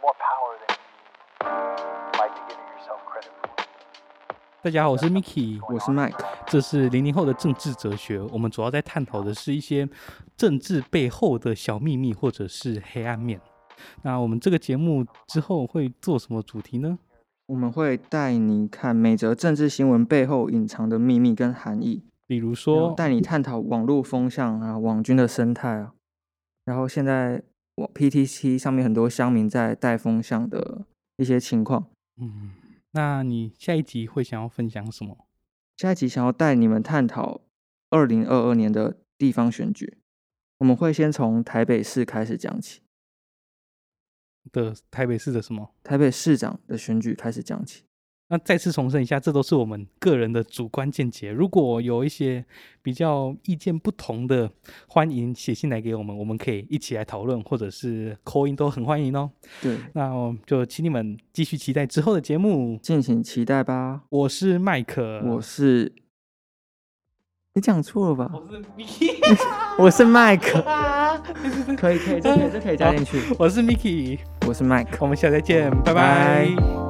more power than you like to give yourself credit for. 大家好，我是 Miki，我是 Mike，这是零零后的政治哲学。我们主要在探讨的是一些政治背后的小秘密或者是黑暗面。那我们这个节目之后会做什么主题呢？我们会带你看每则政治新闻背后隐藏的秘密跟含义，比如然后说，带你探讨网络风向啊、网军的生态啊，然后现在网 PTC 上面很多乡民在带风向的一些情况。嗯，那你下一集会想要分享什么？下一集想要带你们探讨二零二二年的地方选举，我们会先从台北市开始讲起，的台北市的什么？台北市长的选举开始讲起。那再次重申一下，这都是我们个人的主观见解。如果有一些比较意见不同的，欢迎写信来给我们，我们可以一起来讨论，或者是扣音都很欢迎哦。对，那我就请你们继续期待之后的节目。敬请期待吧。我是麦克，我是，你讲错了吧？呃我 是 Miki，我是麦克， 可以可以，这可以这可以加进去。我是 Miki，我是麦克。我们下次再见，拜拜拜